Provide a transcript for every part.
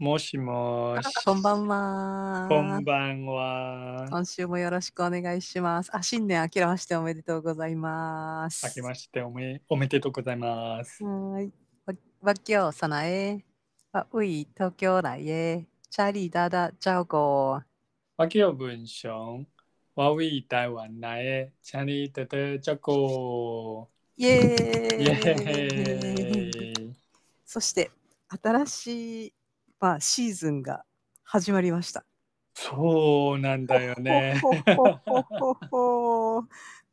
もしもーし。 こんばんは。こんばんは。今週もよろしくお願いします。あ、新年明けましておめでとうございます。明けましておめおめでとうございます。はーい。わ、わきょうさなえ。わ、うい、東京来へ。チャリダダ、チャオゴ。わけよ文章。わうい台湾なえ。チャリテテチョコ。イイエーイ。エーイ。そして、新しい、まあ、シーズンが始まりました。そうなんだよね。ほほほほほほ。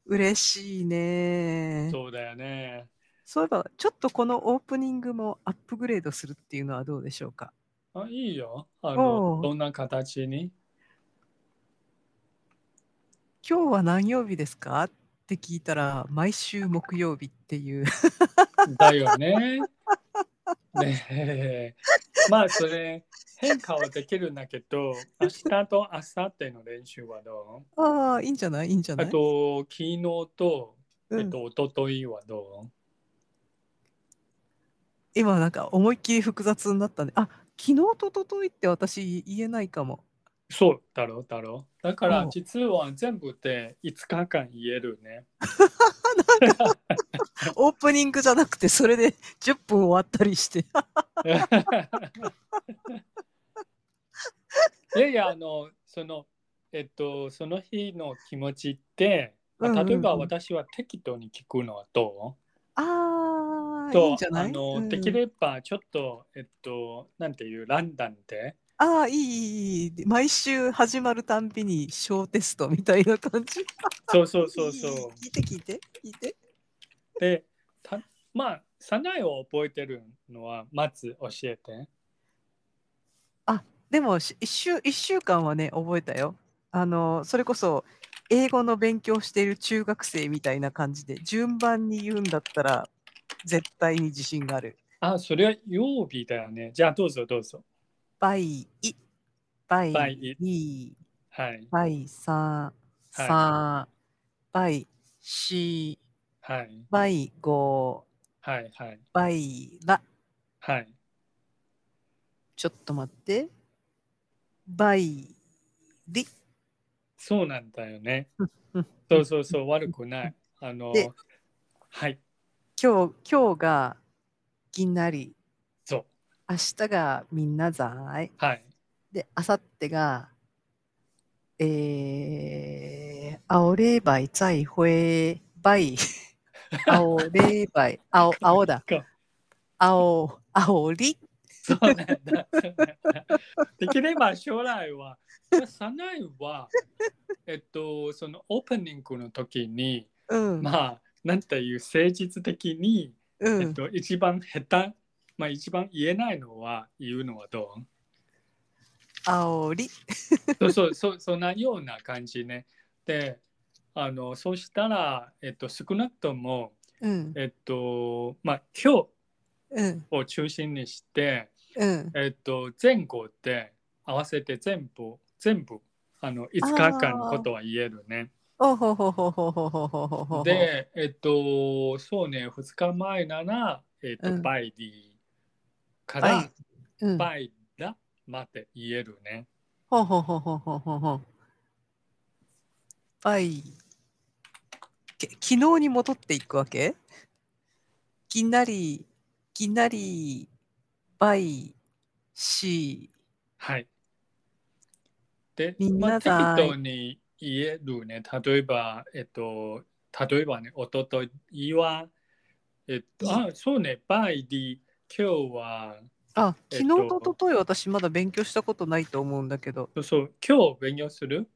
嬉しいね。そうだよね。そういえば、ちょっとこのオープニングもアップグレードするっていうのはどうでしょうか。あ、いいよ。あのお、うどんな形に今日は何曜日ですかって聞いたら、毎週木曜日っていう。だよね。ねえ。まあ、それ、変化はできるんだけど、明日と明後日の練習はどう ああ、いいんじゃないいいんじゃなあい、と、昨日と、うんえっと、一昨日はど今なんか思いっきり複雑になったね。あ、昨日ととといって私言えないかも。うそうだろうだろう。だからお、う実は全部で5日間言える ね。オープニングじゃなくて、それで10分 終わった りして。いやいや、あの、その、えっと、その日の気持ちって、まあうんうんうん例えば私は適当に聞くのはどあうあ、いいとんじゃ、なあいうの、んできればちょっと、えっと、なんていう、ランダムで、ああ、いいいい、いい。毎週始まるたんびに小テストみたいな感じ。そうそうそうそう。 いいいい聞いて聞いて、聞いて。でたまあサナエを覚えてるのはまず教えてでも、し一週、一週間はね、覚えたよ。あの、それこそ、英語の勉強している中学生みたいな感じで、順番に言うんだったら、絶対に自信がある。あそれは曜日だよねじゃあどうぞどうぞバイ、イ、バイ、バイイ、はいバイ、サ、はいサ、バイ、シ、はいバイ、ゴ、はいはいバイ、ラ。はいちょっと待って。バイリ。そうなんだよ ねうんそうそうそう悪くないあのではい今日、今日がぎんなり。そう明日がみんなざい。はいで、明後日が、えー、あおればいざいほえ ばい。あおればい。あお、あおだ。かあお、あおり。そうなんだそうなんだできれば将来はじゃあサナエはえっとそのオープニングの時にうん。まあなんていう誠実的にうえっん。と、一番下手、まあ、一番言えないのは言うのはど うあおり。そうそうそうそんなような感じね。であのそうしたら、えっと、少なくとも、うん。えっとまあ、今うん。日を中心にして、うん。えっと、前後で合わせて全部全部あの5日間のことは言えるね。おほほほほほほほほほ。、でえっとそうね2日前なら、えっとうんバイディかバらイ。うん。バイだまで言えるね。ほうほうほうほうほうほうほう。バイ。け昨日に戻っていくわけぎんなり、ぎんなり、バイ、し、はい。でみ、んまあ、な適が当に言えるね。例えば、えっと、例えばね、おとといは、えっと、あ、そうね、バイディ、今日は、あ、えっ昨と日とととい私まだ勉強したことないと思うんだけど、そうそう、今日勉強する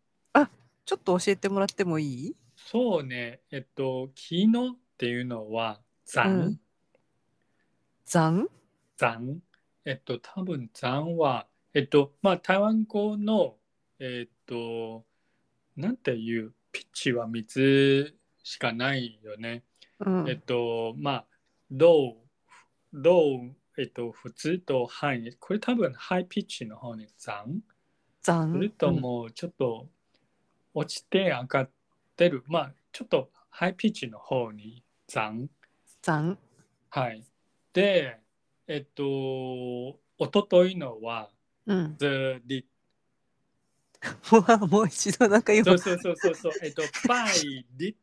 ちょっと教えてもらってもいいそうね、えっと、昨日っていうのは、ざうんん、ざんざん。えっと、多分ざんは、えっと、まあ、台湾語の、えっと、なんていう、ピッチは水しかないよね。うえっん。と、まあ、どう、どう、えっと、普通と範囲、これ多分ハイピッチの方に残、ざそん。れともちょっと落ちて上がってる、まあ、ちょっとハイピッチの方に残、ざん。はい。で、えっと、おとといのは、うん。 the lit もうもう一度なんか今そうそうそうそうそう、えっと、by lit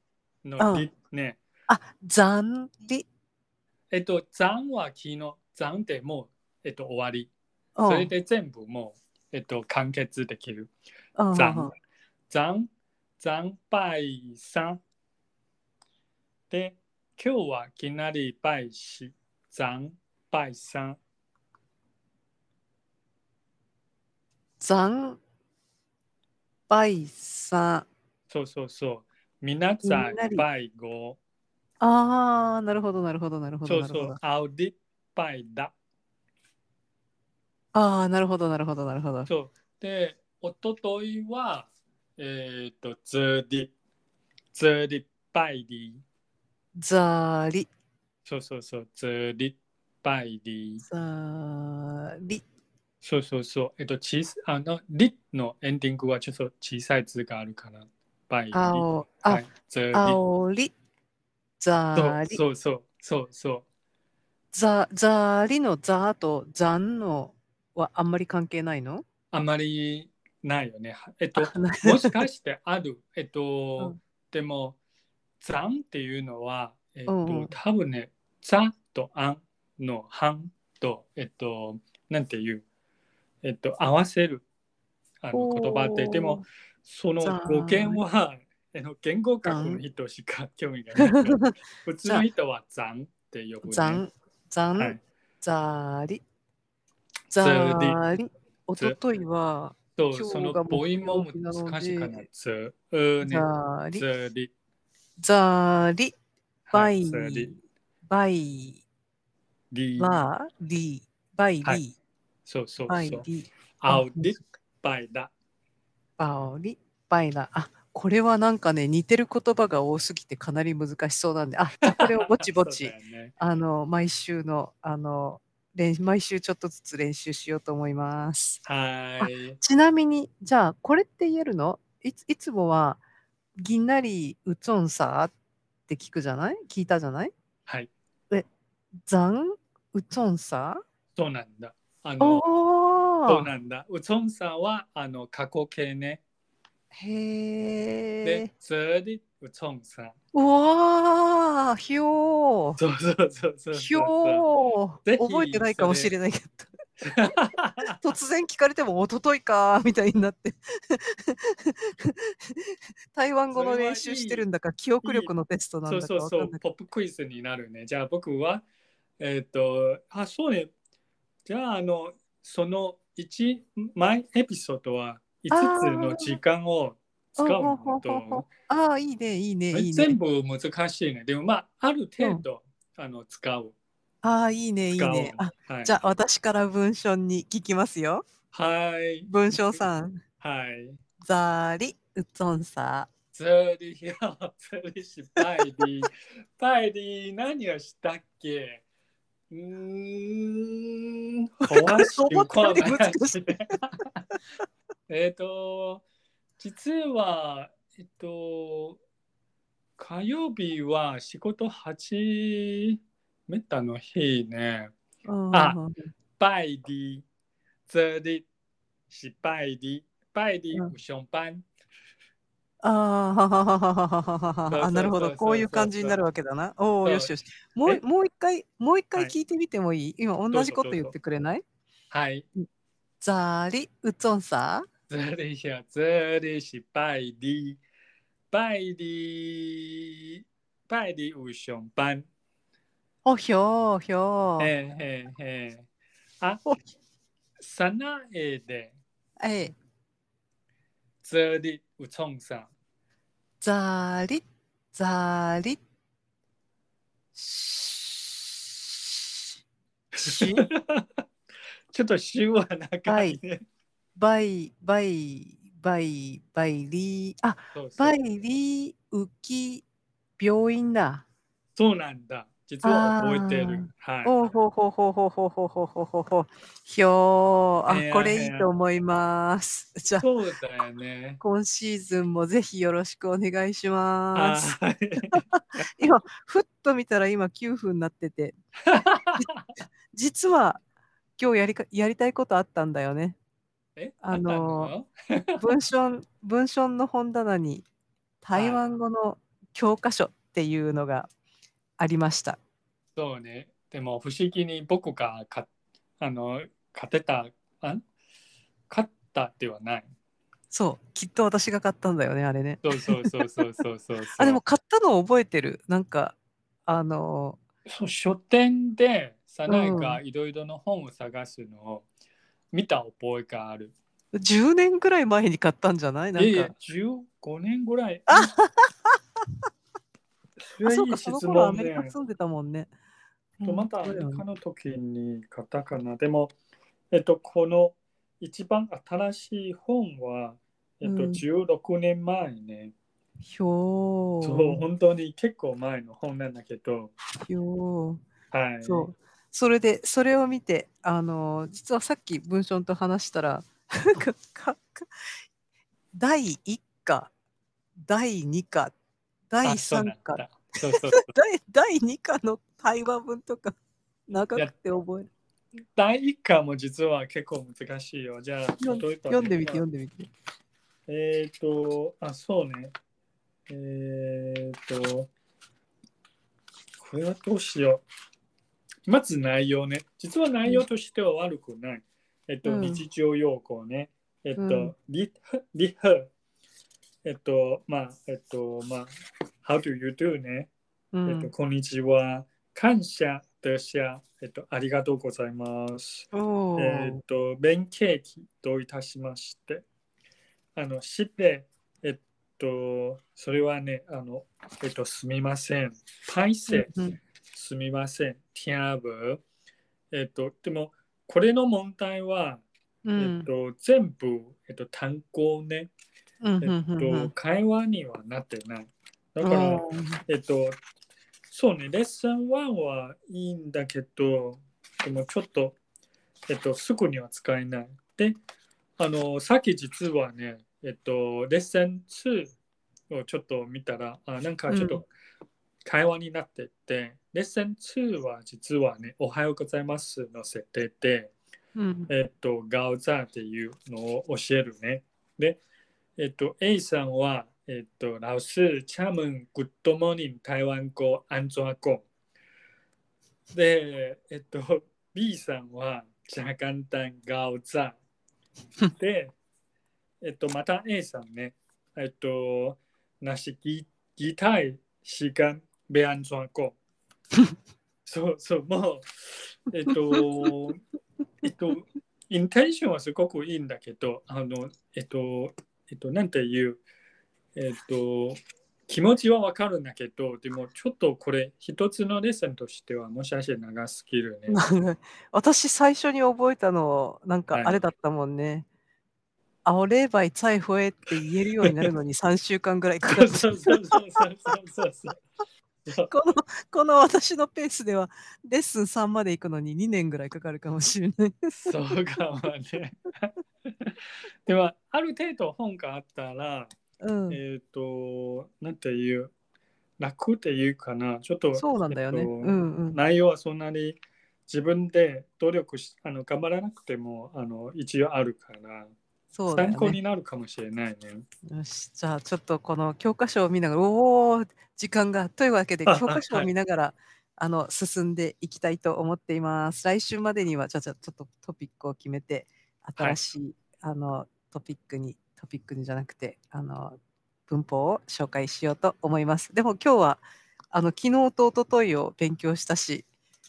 のうん lit ね。あ、残り。えっと、残は昨日、残でもう、えっと、終わり。うんそれで全部もう、えっと、完結できる。うん残、残、残、by 3。で、今日はきなり by 4、残、by 3。残、バイさそうそうそう。みなさんみなり by 5。ん。ああ、なるほど、なるほど、なるほど。そなうるほそどう、アウディ by だ。ああ、なるほど、なるほど、なるほど。そう。で、おとといは、えーっ、と、ズリ、ズリバイリ。ザリ、そうそうそう、ズリバイリ。ザリ。そうそうそう。えっと、小さあの、リのエンディングはちょっと小さい図があるから、バイリ。は青、あい、、ズリ。青り。ザリ。そうそうそうそうそう。ザ、ザリのザとザンのはあんまり関係ないのあまりないよね。はえっと、あないもしかしてある。えっと、うんでも、ザンっていうのは、えっと、うんうん多分ね、ザとアンのハンと、えっと、なんていう、えっと、合わせるあの言葉で、で も、、そのザン語源は、 えの言語学の人しか 興味がないけど。普通の人はザンって呼ぶ、ね。ザン、ザン、はいザリ。ザリザリ。おとといは、そう、今日がその母音も木曜日なので難しいかな。ザーね。ザリ。ザリ。ザリ。バはいイザリ。、バイ、リラ、リ、バイはリ、そうそうバイそう。リ、アウディバイダ。バオリ、バイラ。あ、これはなんかね、似てる言葉が多すぎてかなり難しそうなんで、あ、じゃあこれをぼちぼ そうちだ、よね。あの、毎週の、あの、練毎週ちょっとずつ練習しようと思います。はーい。ちなみに、じゃあ、これって言えるのいついつもは、ぎんなりうつんさって聞くじゃない聞いたじゃないはい。ざんうつんさそうなんだ。あの、そおうーなんだ。ウツンさんは、あの、過去形ね。へえで。、ザーディウツンさん。うわー、ひょー。そうそうそうそうそう。ひ ょぜー。ひ覚えてないかもしれないけど、突然聞かれても、おとといかーみたいになって。 台湾語の練習してるんだか、記憶力のテストなんそうだかそうわかそんうな。い。ポップクイズになるね。じゃあ僕は、えっ、と、あ、そうね。じゃあ、あの、その1、毎エピソードは5つの時間を使うのあーほうほうほうほうと、ああ、いいね、いいね、いいね全。部難しいね。でもまあ、ある程度、あの使う。ああ、いいね、いい使おうね。あ、はい。じゃあ、私から文章に聞きますよ。はい。文章さん。はい。ざーり、うつんさ。这里要这里是拜的，拜的何をしたっけ？うーん、壊し思ったより難ししい。えっと、実はえっと火曜日は仕事始めたの日ね。うんあ拜的，这里是拜的，拜的うん不上班。あー そあ、うなるほそど。うこういうそう感じになるわけだな。おお、そうよしよし。もうえもう一回、もう一回はい聞いてみてもいい今、ど同うじぞこと言どうぞってくれないはい。ざーり、うつんさ。这里呀，这里是拜的，拜的，拜的有上班，おひょー、ひょー。嘿嘿嘿，啊お，啥那会的？えい这里有创啥？ざーり、ざーり。 し、し、ちょっと週はなかはいばい、ばい、ばい、ばいりー。あ、そうそばういりー、うき、病院だ。そうなんだ。実は覚えてる。おはうほうほうほうほうほうほうほうほうほう。ひょー。あ、ねえこれいいと思います。じい。ゃあ、そうだよね。今シーズンもぜひよろしくお願いしまあす。はい。今、ふっと見たら今9分になっ てて、実は今日やりかやりたいことあったんだよね。えあのあった文春文春の本棚に台湾語の教科書っていうのがありました。そうね。でも不思議に僕がかあの勝てたあん勝ったではない。そう、きっと私が買ったんだよね、あれね。そうそうそうそうそうそうそう。あ、でも買ったのを覚えてる。なんか、あのそう書店でサナイがいろいろの本を探すのを見た覚えがある。ー、10年ぐらい前に買ったんじゃないなんか。いやいや15年ぐらい。あ、そそううかか、そその頃の頃アアメメリリカカ住んでたもんね。とまたアそメうだリよねカの時に買ったかな。でも、えっと、この一番新しい本は、えっと、うん16年前ね。ひょー。そう、本当に結構前の本なんだけど、ひょー。はい。そう。それで、それを見て、あのー実はさっき文章と話し たら、なんかかか第1課、第2課、第あそうなん3課、だそうそうそう。 第第2課の対話文とか、長くて覚える。第1巻も実は結構難しいよ。じゃあ、読ん例えば読んでみて、読んでみて。えっ、と、あ、そうね。えっ、と、これはどうしよう。まず内容ね。実は内容としては悪くない。えっと、うん日常用語ね。えっと、うんリハ、リハ。えっと、まあ、えっと、まあ、how do you do ね。うえっと、ん。こんにちは。感謝、で謝。えっと、ありがとうございます。おえーーっと、弁慶期といたしまして、あの、しで、えっと、それはね、あの、えっと、すみません。パイセ、うんすみません。ティアブ。えっと、でも、これの問題は、うえっんと、全部、えっと、単語ね、うんうえっんうんうと、ん会話にはなってない。だかあら、 えっと、そうね、レッスン1はいいんだけど、でもちょっと、えっと、すぐには使えない。で、あの、さっき実はね、えっと、レッスン2をちょっと見たら、あなんかちょっうと会話になってて、レッスン2は実はね、おはようございますの設定で、ーうんえっと、ガウザーっていうのを教えるね。で、えっと、A さんは、えっと、老師、チャムン、グッドモーニング、台湾語、アンゾア語。で、えっと、B さんは、チャカンタン、ガウザ ー。で、えっと、また A さんね、えっと、なしギギタイ、シガン、ベアンゾア語。そうそう、もう、えっと、えっと、インテンションはすごくいいんだけど、あの、えっと、えっと、なんていう、えっと、気持ちはわかるんだけど、でもちょっとこれ、一つのレッスンとしては、もしかして長すぎるね。私最初に覚えたのなんはかいあれだったもんね。あおればいさえほえって言えるようになるの に3週間ぐらいかかそうる。そうそうそうそうそうそう。このこの私のペースではレッスン3まで行くのに2年ぐらいかかるかもしれない。そうかもね。では、ある程度本があったら、うん、えっと、なんていう、楽っていうかな、ちょっと、そうなんだよね。えっうとんうん。内容はそんなに自分で努力しあの頑張らなくてもあの一応あるから、そうだよ参考ね。になるかもしれないね。よし、じゃあちょっとこの教科書を見ながら、おお、時間が。というわけで、あ教科 書はをい見ながら、あの、進んでいきたいと思っています。来週までには、じゃあじゃあちょっとトピックを決めて、はい新しい、あの、トピックに、トピックにじゃなくて、あの、文法を紹介しようと思います。でも今日は、あの、昨日と一昨日を勉強したし、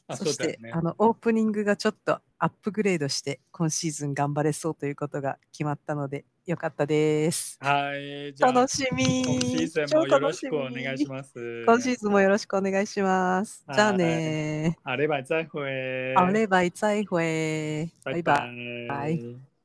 あそそうしだてよねあ。のオープニングがちょっとアップグレードして今シーズン頑張れそうということが決まったのでよかったです。はい、じゃあ楽しみ今シーズンもよろしくお願いしす。ます。今シーズンもよろしくお願いします。じゃあねあれば再会。ー。あればい再会。バイバイ。バイ。